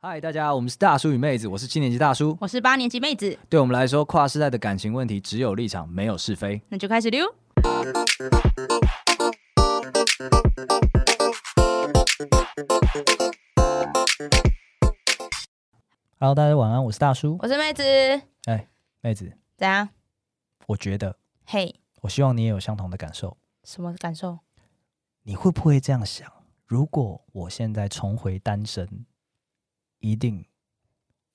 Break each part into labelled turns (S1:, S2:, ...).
S1: 嗨，大家，我们是大叔与妹子，我是七年级大叔。
S2: 我是八年级妹子，
S1: 对我们来说，跨世代的感情问题只有立场，没有是非。
S2: 那就开始溜。
S1: Hello，大家晚安，我是大叔。哎
S2: 我是妹子，
S1: 妹子，
S2: 怎样？
S1: 我觉得，
S2: 嘿，
S1: 我希望你也有相同的感受。
S2: 什么感受？
S1: 你会不会这样想？如果我现在重回单身，一定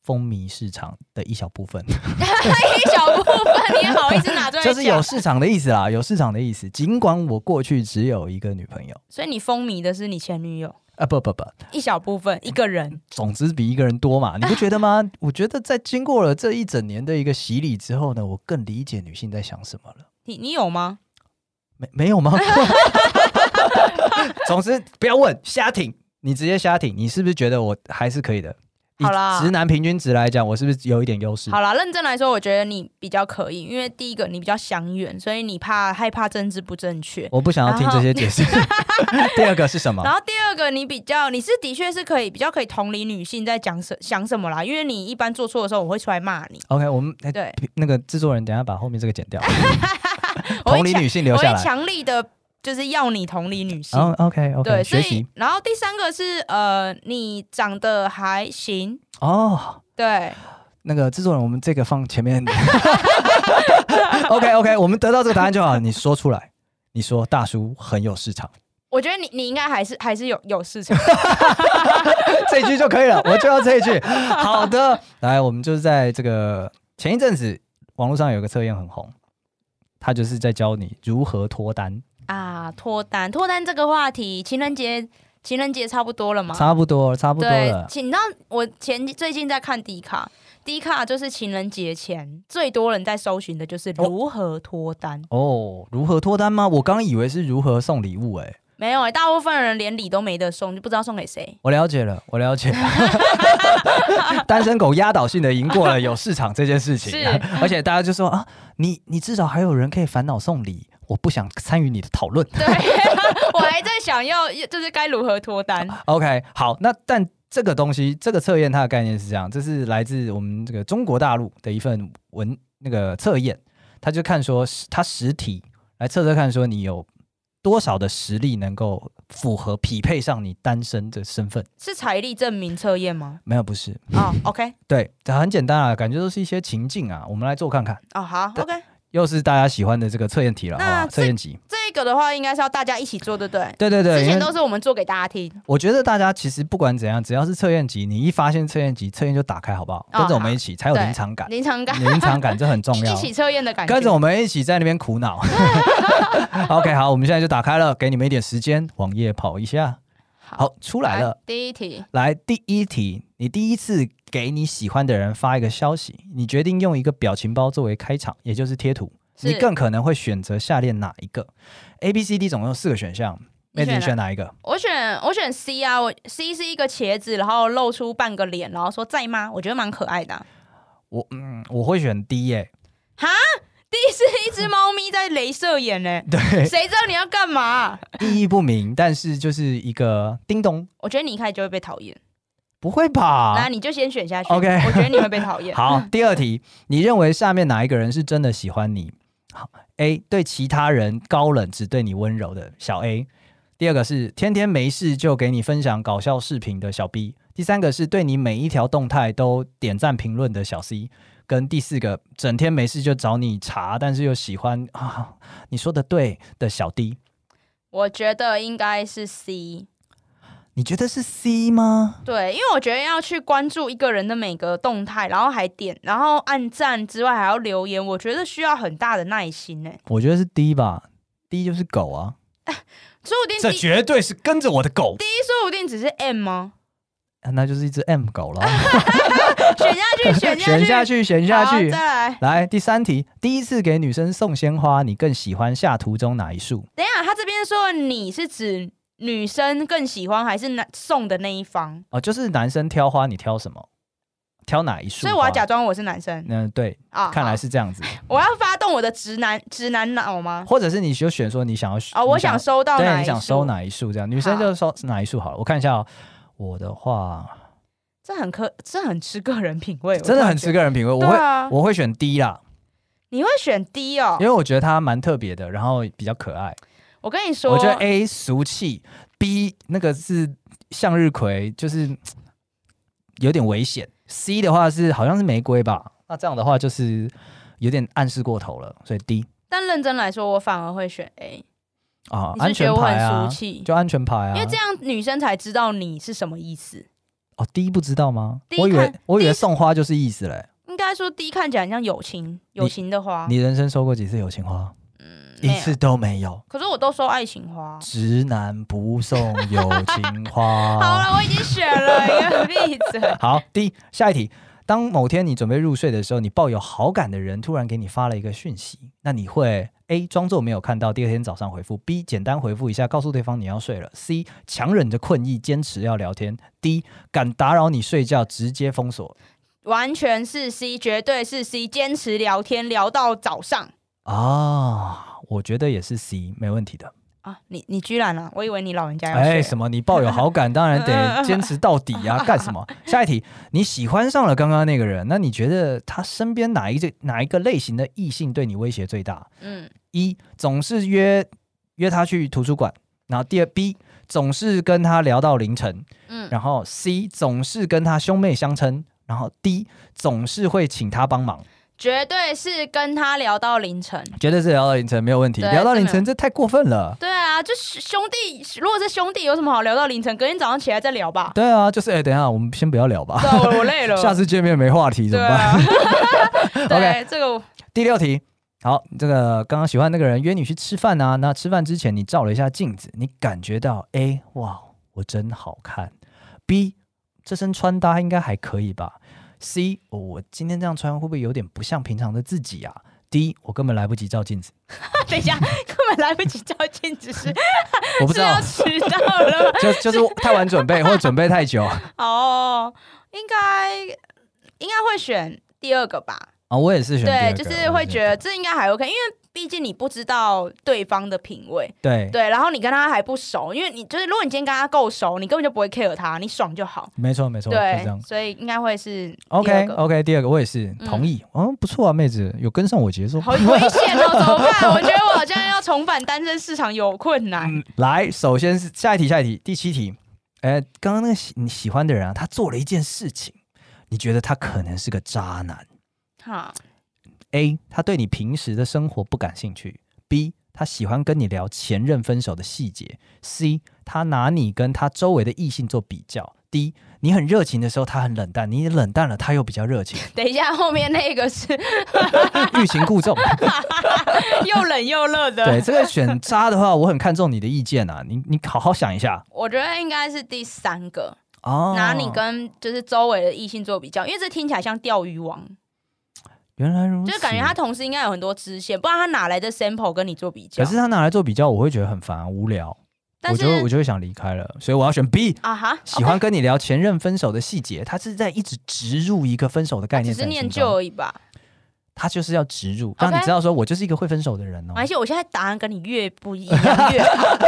S1: 风靡市场的一小部 分，
S2: 一小部分，你也好意思拿出来
S1: 就是
S2: 讲？
S1: 有市场的意思啦，有市场的意思。尽管我过去只有一个女朋友，
S2: 所以你风靡的是你前女友，
S1: 啊，不不不，
S2: 一小部分，一个人。
S1: 总之比一个人多 嘛，你不觉得吗？我觉得在经过了这一整年的一个洗礼之后呢，我更理解女性在想什么了。
S2: 你你有吗？
S1: 没没有吗？ 总之不要问，瞎挺，你直接瞎挺，你是不是觉得我还是可以的？以
S2: 好啦
S1: 直男平均值来讲，我是不是有一点优势？
S2: 好啦，认真来说，我觉得你比较可以，因为第一个你比较想远，所以你怕害怕政治不正确。
S1: 我不想要听这些解 释。第二个是什么
S2: 然？后第二个，你比较你是的确是可以比较可以同理女性在讲什想什么啦，因为你一般做错的时候，我会出来骂你，
S1: OK，我们哎
S2: 对
S1: 那个制作人，等一下把后面这个剪 掉，
S2: 我
S1: 同
S2: 会
S1: 理
S2: 强，
S1: 女性留
S2: 我
S1: 下
S2: 会
S1: 来。
S2: 强力的，就是要你同理女性。
S1: 然后 OK
S2: 对，
S1: OK，
S2: 所
S1: 学
S2: 以
S1: 习
S2: 然后第三个是呃，你长得还行，
S1: 哦。
S2: 对，
S1: 那个制作人，我们这个放前面。OK OK，我们得到这个答案就好。你说出来，你说大叔很有市场，
S2: 我觉得你你应该还是还是有有 市场，
S1: 这一句就可以了，我就要这一句。好的，来，我们就是在这个前一阵子网络上有一个测验很红，它就是在教你如何脱单，
S2: 啊，脱单脱单这个话题，情人节情人节差不多了嘛？
S1: 差不多差不多
S2: 对
S1: 了，。
S2: 请到我前最近在看迪卡，迪卡就是情人节前最多人在搜寻的就是如何脱单，
S1: 哦，如何脱单吗？我刚以为是如何送礼物、欸，哎，
S2: 没有、欸，大部分人连礼都没得送，就不知道送给谁。
S1: 我了解了，我了解了。单身狗压倒性的赢过了有市场这件事情，
S2: 是
S1: 而且大家就说啊，你你至少还有人可以烦恼送礼，我不想参与你的讨论。
S2: 对，我还在想要就是该如何脱单。
S1: OK，好，那但这个东西，这个测验它的概念是这样，这是来自我们这个中国大陆的一份文那个测验，他就看说实它实体来测测看说你有多少的实力能够符合匹配上你单身的身份。
S2: 是财力证明测验吗？
S1: 没有，不是，
S2: 哦，OK，
S1: 对，这很简单啊，感觉都是一些情境啊，我们来做看看，
S2: 哦，好，OK，
S1: 又是大家喜欢的这个测验题了，好
S2: 那
S1: 吧？
S2: 这
S1: 测验集，
S2: 这个的话应该是要大家一起做，对不对？
S1: 对对对，
S2: 之
S1: 因
S2: 前
S1: 为
S2: 都是我们做给大家听，
S1: 我觉得大家其实不管怎样，只要是测验集，你一发现测验集，测验就打开，好不好？
S2: 哦
S1: 跟着我们一起才有
S2: 对
S1: 临场感，
S2: 临场感，
S1: 临场感这很重
S2: 一
S1: 要
S2: 一。起测验的感觉。
S1: 跟着我们一起在那边苦 恼。OK，好，我们现在就打开了，给你们一点时间，网页跑一下。
S2: 好，
S1: 好，出来了。
S2: 第一题，
S1: 来，第一题，你第一次给你喜欢的人发一个消息，你决定用一个表情包作为开场，也就是贴图。
S2: 是
S1: 你更可能会选择下列哪一个？A、B、C、D 总共有四个选项，妹
S2: 你
S1: 子
S2: 选
S1: 你选哪一个？
S2: 我选我选 C 啊，我 C 是一个茄子，然后露出半个脸，然后说在吗？我觉得蛮可爱的啊、
S1: 我嗯，我会选 D 耶、
S2: D 是一只猫咪在镭射眼呢、
S1: 对，
S2: 谁知道你要干嘛啊、
S1: 意义不明，但是就是一个叮咚，
S2: 我觉得你一开始就会被讨厌，
S1: 不会
S2: 那
S1: 吧？
S2: 你就先选下去。
S1: OK
S2: 我觉得你会被讨厌。
S1: 好，第二题，你认为下面哪一个人是真的喜欢你？好，A 对其他人高冷，只对你温柔的小 A。第二个是天天没事就给你分享搞笑视频的小 B。第三个是对你每一条动态都点赞评论的小 C。跟第四个整天没事就找你茬，但是又喜欢啊，你说的对的小 D。
S2: 我觉得应该是 C。
S1: 你觉得是 C 吗？
S2: 对，因为我觉得要去关注一个人的每个动态，然后还点，然后按赞之外还要留言，我觉得需要很大的耐心呢。
S1: 我觉得是 D 吧，D 就是狗啊，
S2: 说不定
S1: 这
S2: 第一，
S1: 绝对是跟着我的狗，
S2: 说不定只是 M 哦吗？
S1: 啊那就是一只 M 狗了。
S2: 选下去，选下
S1: 选
S2: 去，
S1: 下去，选下
S2: 好
S1: 去。
S2: 再来。
S1: 来，第三题，第一次给女生送鲜花，你更喜欢下图中哪一束？
S2: 等一下，他这边说你是指女生更喜欢还是男送的那一方？
S1: 哦，就是男生挑花，你挑什么？挑哪一束？
S2: 所以我要假。装我是男生
S1: 嗯，对，
S2: 啊！
S1: 看来
S2: 好
S1: 是这样子，
S2: 我要发动我的直男直男脑吗？
S1: 或者是你就选说你想要
S2: 哦，
S1: 你
S2: 我想收到
S1: 对，
S2: 哪
S1: 你
S2: 一
S1: 想收
S2: 束？
S1: 哪一束这样？女生就收哪一束好了。我看一下哦，我的话，
S2: 这很可，这很吃个人品味，我
S1: 真的很
S2: 突然
S1: 吃个人品味。我
S2: 觉得。
S1: 会、
S2: 对啊，
S1: 我会选 D 啦，
S2: 你会选 D 哦
S1: 因？为我觉得它蛮特别的，然后比较可爱。
S2: 我跟你说，
S1: 我觉得 A 俗气，B 那个是向日葵，就是嘖有点危险。C 的话是好像是玫瑰吧，那这样的话就是有点暗示过头了，所以 D
S2: 但认真来说，我反而会选 A。
S1: 啊，
S2: 你
S1: 安
S2: 是觉
S1: 全
S2: 得我
S1: 牌啊
S2: 很俗，气？
S1: 就安全牌啊。
S2: 因为这样女生才知道你是什么意思。
S1: 哦，D 不知道吗
S2: D？
S1: 我以为
S2: 看
S1: 我以为
S2: D
S1: 送花就是意思嘞。
S2: 应该说 D 看起来很像友情，友情的花，
S1: 你人生收过几次友情花？
S2: 嗯没
S1: 一
S2: 有
S1: 次都没有。
S2: 可是我都收爱情花。
S1: 直男不送友情
S2: 好
S1: 花。
S2: 了，我已经选了，你给我闭嘴。
S1: 好，第一，下一题。当某天你准备入睡的时候，你抱有好感的人突然给你发了一个讯息，那你会 A 装作没有看到，第二天早上回复；B 简单回复一下，告诉对方你要睡了；C 强忍着困意，坚持要聊天；D 敢打扰你睡觉，直接封锁。
S2: 完全是 C，绝对是 C，坚持聊天聊到早上
S1: 啊，我觉得也是 C，没问题的。
S2: 啊！你你居然啊，我以为你老人家要
S1: 哎，
S2: 睡
S1: 什么？你抱有好感，当然得坚持到底 呀、干什么？下一题，你喜欢上了刚刚那个人，那你觉得他身边哪一这哪一个类型的异性对你威胁最大？
S2: 嗯，
S1: 一总是约约他去图书馆，然后第二 B 总是跟他聊到凌晨，
S2: 嗯
S1: 然后 C 总是跟他兄妹相称，然后 D 总是会请他帮忙，
S2: 绝对是跟他聊到凌晨。
S1: 绝对是聊到凌晨没有问题，
S2: 对
S1: 聊到凌
S2: 这没
S1: 晨这太过分了。
S2: 对啊，就是兄弟，如果是兄弟，有什么好聊到凌晨？隔天早上起来再聊吧。
S1: 对啊，就是哎、等一下我们先不要 聊吧，
S2: 对啊，我我累了。
S1: 下次见面没话题怎
S2: 对
S1: 么办？
S2: 啊，
S1: OK
S2: 对这个我
S1: 第六题，好，这个刚刚喜欢那个人约你去吃饭啊，那吃饭之前你照了一下镜子，你感觉到 A 哇，我真好看；B 这身穿搭应该还可以吧；C 哦我今天这样穿会不会有点不像平常的自己啊？D 我根本来不及照镜子，
S2: 等一下，根本来不及照镜子是
S1: 我 不知
S2: 是
S1: 道
S2: 要，迟到了 吗
S1: 就 就是太晚准备或者准备太久啊、
S2: 哦，应该应该会选第二个吧？
S1: 我也是选第二
S2: 对，
S1: 个
S2: 就是会觉得这应该还 OK，因为毕竟你不知道对方的品味，
S1: 我也是对，
S2: 对，然后你跟他还不熟，因为你就是如果你今天跟他够熟，你根本就不会 care 他，你爽就好。
S1: 没错没错，就这
S2: 对
S1: 样，。
S2: 所以应该会是第二
S1: OK
S2: 个。
S1: OK，第二个我也是
S2: 嗯
S1: 同意，嗯，不错啊，妹子有跟上我 节奏，
S2: 好危 险哦，怎么办？我觉得我好像要重返单身市场有困难。
S1: 嗯，来，首先是下一题，下一题，第七题。哎，刚刚那个喜你喜欢的人啊，他做了一件事情，你觉得他可能是个渣男。
S2: 哈，
S1: A，他对你平时的生活不感兴趣；B，他喜欢跟你聊前任分手的细节；C，他拿你跟他周围的异性做比较；D，你很热情的时候他很冷淡，你冷淡了他又比较热 情，
S2: 等一下，后面那个是
S1: 欲擒故纵。
S2: 又冷又热的。
S1: 对，这个选渣的话，我很看重你的意见啊，你你好好想一下
S2: 我觉得应该是第三个，
S1: 哦。
S2: 拿你跟就是周围的异性做比较，因为这听起来像钓鱼王，
S1: 哦原来如此，
S2: 就是感觉他同时应该有很多支线，不然他哪来的 sample 跟你做比较
S1: 可？是他拿来做比较，我会觉得很烦、无聊，
S2: 但
S1: 我
S2: 是
S1: 就我就会想离开了，所以我要选 B。
S2: 啊哈，
S1: 喜欢跟你聊前任分手的细节，他是在一直植入一个分手的概
S2: OK，只哦
S1: 念在
S2: 是
S1: 你
S2: 念
S1: 心
S2: 旧
S1: 中，
S2: 而已吧。
S1: 他就是要植入，
S2: OK
S1: 让你知道说我就是一个会分手的人哦。
S2: 而且我现在答案跟你越不一样 越好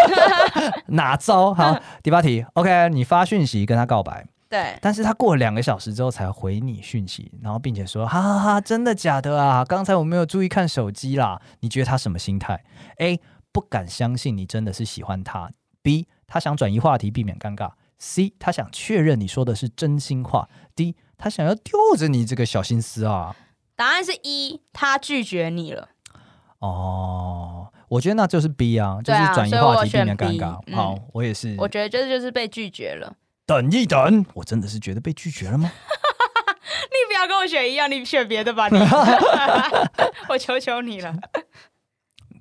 S1: 哪招？ 好，第八题，OK，你发讯息跟他告白，
S2: 对，
S1: 但是他过了两个小时之后才回你讯息，然后并且说哈哈哈，真的假的啊？刚才我没有注意看手机啦。你觉得他什么心态？A 不敢相信你真的是喜欢他。B 他想转移话题，避免尴尬。C 他想确认你说的是真心话。D 他想要吊着你这个小心思啊。
S2: 答案是一，他拒绝你了。
S1: 哦，我觉得那就是 B 啊，就
S2: 对
S1: 是
S2: 啊
S1: 转移
S2: 所以
S1: 话
S2: 我
S1: 题，避
S2: 选
S1: 免尴
S2: B，
S1: 尬。
S2: 嗯
S1: 好，我也是。
S2: 我觉得这就是被拒绝了。
S1: 等一等，我真的是觉得被拒绝了吗？
S2: 你不要跟我选一样，你选别的吧， 你。 我求求你了。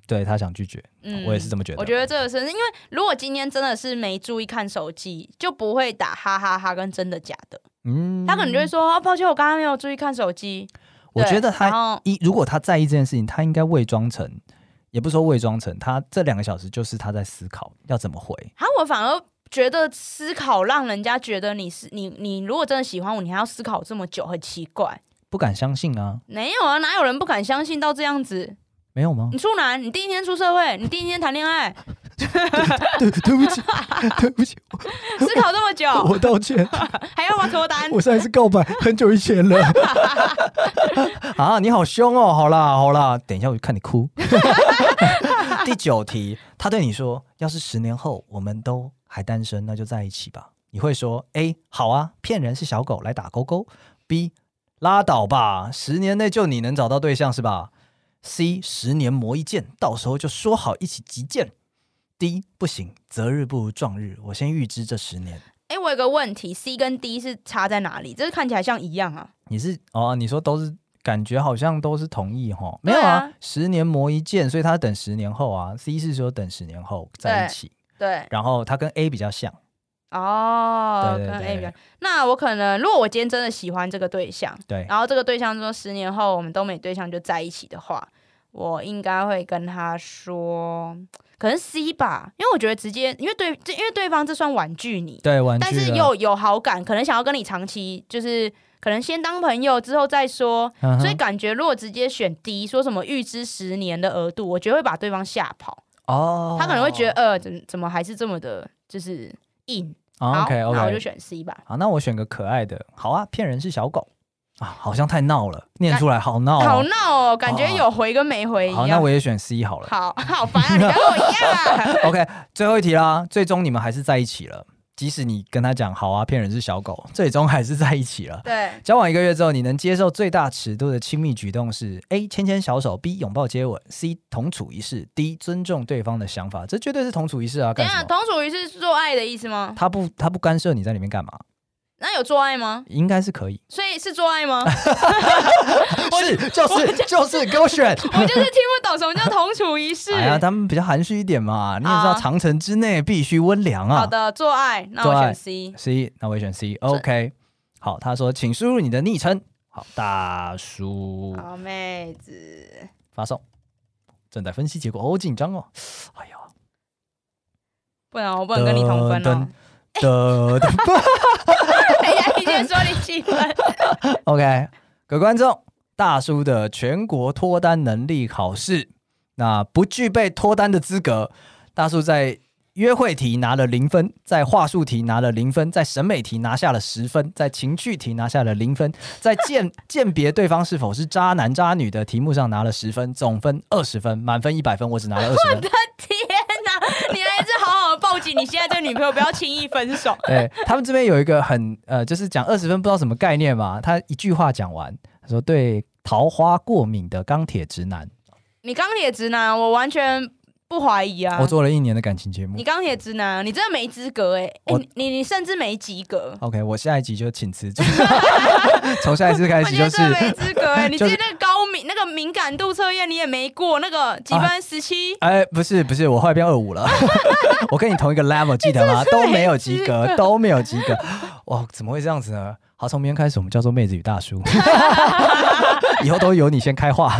S1: 对他想拒绝，
S2: 嗯
S1: 我也是这么觉得。
S2: 我觉得这个是因为，如果今天真的是没注意看手机，就不会打哈哈哈跟真的假的。
S1: 嗯
S2: 他可能就会说：“哦，抱歉，我刚刚没有注意看手机。
S1: 我
S2: 对”
S1: 觉得他
S2: 然后
S1: 一如果他在意这件事情，他应该伪装成，也不是说伪装成，他这两个小时就是他在思考要怎么回。
S2: 啊，我反而觉得思考让人家觉得你是你你，如果真的喜欢我，你还要思考这么久，很奇怪。
S1: 不敢相信啊，
S2: 没有啊，哪有人不敢相信到这样子？
S1: 没有吗？
S2: 你处男，你第一天出社会，你第一天谈恋爱，
S1: 对对不起，对不起，
S2: 思考这么久，
S1: 我道歉，
S2: 还要吗？脱单？
S1: 我上一次告白很久以前了。啊，你好凶哦！好啦好啦，等一下我就看你哭。第九题，他对你说，要是十年后我们都还单身，那就在一起吧。你会说 A 好啊，骗人是小狗来打勾勾。B 拉倒吧，十年内就你能找到对象是吧？C 十年磨一剑，到时候就说好一起击剑。D 不行，择日不如撞日，我先预知这十年。
S2: 哎、我有个问题，C 跟 D 是差在哪里？这看起来像一样啊。
S1: 你是哦，你说都是感觉好像都是同意哈，没有
S2: 对
S1: 啊
S2: 啊，
S1: 十年磨一剑，所以他等十年后啊。C 是说等十年后在一
S2: 对
S1: 起，
S2: 对，
S1: 然后他跟 A 比较像，
S2: 哦，
S1: 对对
S2: 跟 A 比较
S1: 对。
S2: 那我可能，如果我今天真的喜欢这个对象，
S1: 对，
S2: 然后这个对象说十年后我们都没对象就在一起的话，我应该会跟他说，可能 C 吧，因为我觉得直接，因为对，这因为对方这算婉拒你，
S1: 对，玩具
S2: 但是
S1: 了
S2: 又有好感，可能想要跟你长期就是。可能先当朋友，之后再说。
S1: 嗯哼
S2: 所以感觉如果直接选 D，说什么预支十年的额度，我觉得会把对方吓跑。
S1: 哦，
S2: 他可能会觉得，呃，怎怎么还是这么的，就是硬。
S1: 哦、OK
S2: 好，那我就
S1: OK，
S2: 选 C 吧。
S1: 好，那我选个可爱的，好啊，骗人是小狗啊，好像太闹了，念出来好闹、
S2: 好
S1: 哦，
S2: 闹哦，感觉
S1: 哦
S2: 有回跟没回一
S1: 好，那
S2: 样。
S1: 我也选 C 好了。
S2: 好 好烦啊！你跟我一样 啊。
S1: OK，最后一题啦，最终你们还是在一起了，即使你跟他讲好啊，骗人是小狗，最终还是在一起了。
S2: 对，
S1: 交往一个月之后，你能接受最大尺度的亲密举动是：A. 牵牵小手；B. 拥抱接吻；C. 同处一室；D. 尊重对方的想法。这绝对是同处一室啊！
S2: 等
S1: 干
S2: 一下
S1: 什么？
S2: 同属于是做爱的意思吗？
S1: 他不，他不干涉你在里面干嘛？
S2: 那有做爱吗？
S1: 应该是可 以。
S2: 所以是做爱吗？
S1: 是，就是，就是，给我选。
S2: 我就是听不懂什么叫同处一室。
S1: 哎呀，他们比较含蓄一点嘛，你也知道，
S2: 啊
S1: 长城之内必须温良啊。
S2: 好的，做爱，那我
S1: 做爱
S2: 选 C。
S1: C，那我也选 C。OK，好，他说，请输入你的昵称。好，大叔
S2: 好妹子，
S1: 发送。正在分析结果，好紧张哦。哎呀，
S2: 不然我不能跟你同分
S1: 噔噔。
S2: 哦
S1: 的
S2: 哎呀，你先说你几分？
S1: OK，各位观众，大叔的全国脱单能力考试，那不具备脱单的资格。大叔在约会题拿了零分，在话术题拿了零分，在审美题拿下了十分，在情趣题拿下了零分，在鉴 鉴别对方是否是渣男渣女的题目上拿了十分，总分二十分，满分一百分，我只拿了二 十分。
S2: 天哪，你还是好好报警，你现在这女朋友不要轻易分手。
S1: 对哎他们这边有一个很呃，就是讲二十分不知道什么概念嘛，他一句话讲完，他说对桃花过敏的钢铁直男，
S2: 你钢铁直男，我完全不怀疑啊
S1: 我。做了一年的感情节目
S2: 你。钢铁直男，啊你真的没资格哎、欸
S1: 我
S2: 你你你甚至没及格。
S1: OK，我下一集就请辞职， 从下一次开
S2: 我
S1: 始
S2: 觉
S1: 就
S2: 得
S1: 是
S2: 哦真的没资格 哎、你
S1: 就
S2: 自
S1: 是
S2: 己那个高敏、那个敏感度测验你也没过，那个几分十七、
S1: 哎，不是不是，我后来变二五了， 我跟你同一个 level，记 得吗？都没有及格，都没有及格，哇，怎么会这样子呢？好，从明天开始我们叫做妹子与大 叔，以后都由你先开话。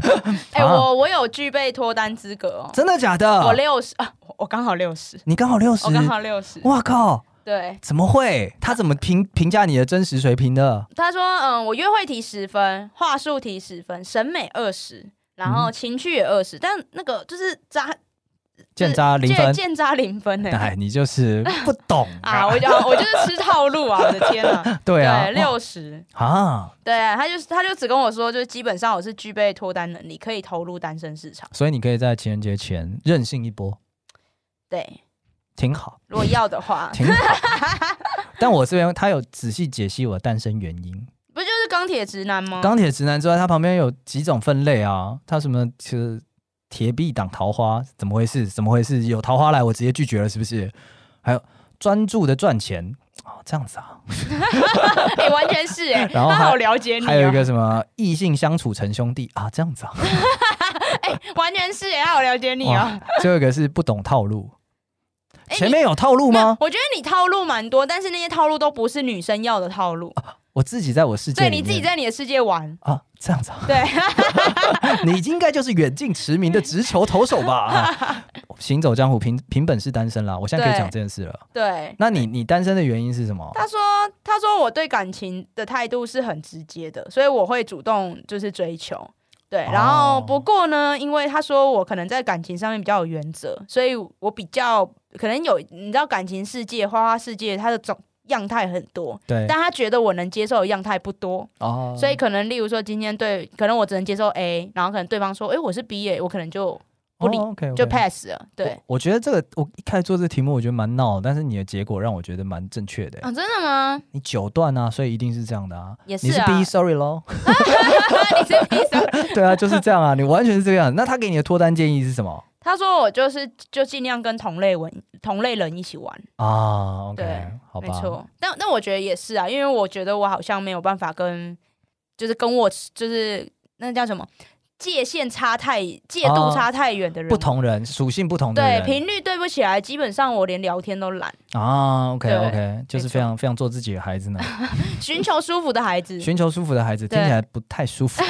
S2: 哎、
S1: 啊
S2: 我我有具备脱单资格哦、
S1: 真的假
S2: 我
S1: 的？
S2: 六十啊，我我刚好六十，
S1: 你刚好六十
S2: 我，刚好六十。
S1: 哇靠！
S2: 对，
S1: 怎么会？他怎么评评价你的真实水平的？
S2: 他说嗯，我约会题十分，话术题十分，审美二十，然
S1: 嗯
S2: 后情趣也二十、但那个就是渣
S1: 见渣零
S2: 见
S1: 分，
S2: 见渣零分哎、
S1: 哎，你就是不懂
S2: 啊，我就我就是吃套路啊！我的天啊，
S1: 对啊，
S2: 六十，
S1: 哇啊，
S2: 对啊，他就是他就只跟我说，就是基本上我是具备脱单能力，可以投入单身市场。
S1: 所以你可以在情人节前任性一波，
S2: 对，
S1: 挺 好，，
S2: 如果要的话
S1: 挺好。但我这边他有仔细解析我的单身原因，
S2: 不就是钢铁直男吗？
S1: 钢铁直男之外，他旁边有几种分类啊，他什么其实铁壁挡桃花，怎么回事？怎么回事？有桃花来，我直接拒绝了，是不是？还有专注的赚钱啊、哦，这样子啊，
S2: 哎、完全是哎、
S1: 然后
S2: 他
S1: 还
S2: 好了解你、哦，
S1: 还有一个什么异性相处成兄弟啊，这样子啊。
S2: 完全是哎、他好了解你哦、
S1: 哇，最后一个是不懂套路。
S2: 哎
S1: 前面有套路
S2: 没有
S1: 吗？
S2: 我觉得你套路蛮多，但是那些套路都不是女生要的套路。
S1: 我自己在我世界
S2: 对，
S1: 哦里
S2: 你
S1: 面
S2: 自己在你的世界玩。
S1: 啊，这样子啊，
S2: 对，
S1: 你应该就是远近驰名的直球投手吧？啊行走江湖，凭凭本事单身啦。我现在可以
S2: 对
S1: 讲这件事了。
S2: 对，
S1: 那你你单身的原因是什么？
S2: 他说：“他说我对感情的态度是很直接的，所以我会主动就是追求。对，对，然后
S1: 哦
S2: 不过呢，因为他说我可能在感情上面比较有原则，所以我比较可能有你知道感情世界、花花世界它的种样态很多，
S1: 对
S2: 但，他觉得我能接受的样态不多，
S1: 哦，
S2: 所以可能例如说今天对，可能我只能接受 A，然后可能对方说，哎，我是 B 耶，我可能就不理
S1: 哦，OK，OK 哦
S2: 就 pass 了，对，
S1: 我。我觉得这个我一开始做这题目，我觉得蛮闹的，但是你的结果让我觉得蛮正确的、
S2: 啊，真的吗？
S1: 你九段啊，所以一定是这样的啊。
S2: 也
S1: 你
S2: 是
S1: 是
S2: 啊
S1: B sorry 喽，
S2: 你是 B 什么
S1: 对啊，就是这样啊，你完全是这样。那他给你的脱单建议是什么
S2: 他说我就是就尽量跟同类文同类人一起玩，
S1: 啊？OK，
S2: 对
S1: 好吧，
S2: 没错。但但我觉得也是啊，因为我觉得我好像没有办法跟，就是跟我就是那叫什么界限差太界度差太远的
S1: 哦
S2: 人、
S1: 不。同人属性不同的
S2: 对
S1: 人，
S2: 频率对不起来，基本上我连聊天都懒，
S1: 啊，OK
S2: 对
S1: OK，就是非常非常做自己的孩子 呢，
S2: 寻求舒服的孩子。
S1: 寻求舒服的孩子听
S2: 对
S1: 起来不太舒 服。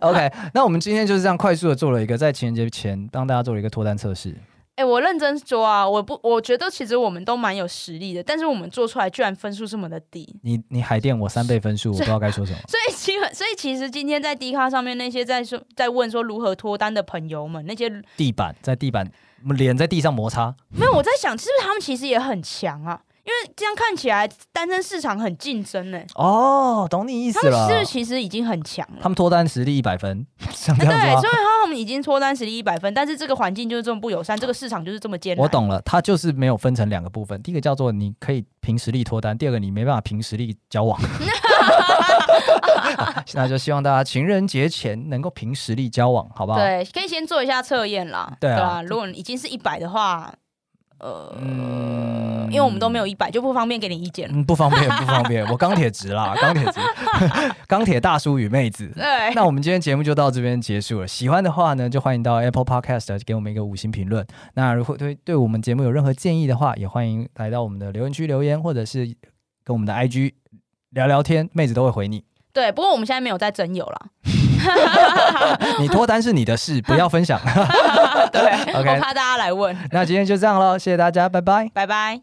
S1: OK，那我们今天就是这样快速的做了一个在情人节前帮大家做了一个脱单测试。
S2: 哎、我认真说啊，我不，我觉得其实我们都蛮有实力的，但是我们做出来居然分数这么的低，
S1: 你你海淀我三倍分数，我不知道该说 什么。
S2: 所以其所以其实今天在 D 咖上面那些在说在问说如何脱单的朋友们，那些
S1: 地板在地板，脸在地上摩擦。
S2: 没有我在想，是不是他们其实也很强啊？因为这样看起来单身市场很竞争呢、
S1: 哦，懂你意
S2: 他
S1: 思
S2: 们
S1: 了
S2: 是不。是其实已经很强了？
S1: 他们脱单实力一百分，像这
S2: 哎对，
S1: 样
S2: 所
S1: 说。
S2: 以他们已经脱单实力一百分，但是这个环境就是这么不友善，这个市场就是这么艰难。
S1: 我，懂了，他就是没有分成两个部分，第一个叫做你可以凭实力脱单，第二个你没办法凭实力交往。 那就希望大家情人节前能够凭实力交往，好不好？
S2: 对，可以先做一下测验啦。
S1: 对啊
S2: 吧如果你已经是一百的话，呃，
S1: 嗯
S2: 因为我们都没有一百，就不方便给你意见了。
S1: 嗯，不方便，不方便，我钢铁直啦，钢铁直， 钢铁大叔与妹子。
S2: 对，
S1: 嗯 那我们今天节目就到这边结束了。喜欢的话呢，就欢迎到 Apple Podcast 给我们一个五星评论。那如果对对我们节目有任何建议的话，也欢迎来到我们的留言区留言，或者是跟我们的 IG 聊聊天，妹子都会回你。
S2: 对，不过我们现在没有在征 友啦。
S1: 你脱单是你的事，不要分享。
S2: 对
S1: OK 啊
S2: 我怕大家来问。
S1: 那今天就这样喽，谢谢大家，拜拜。
S2: 拜拜。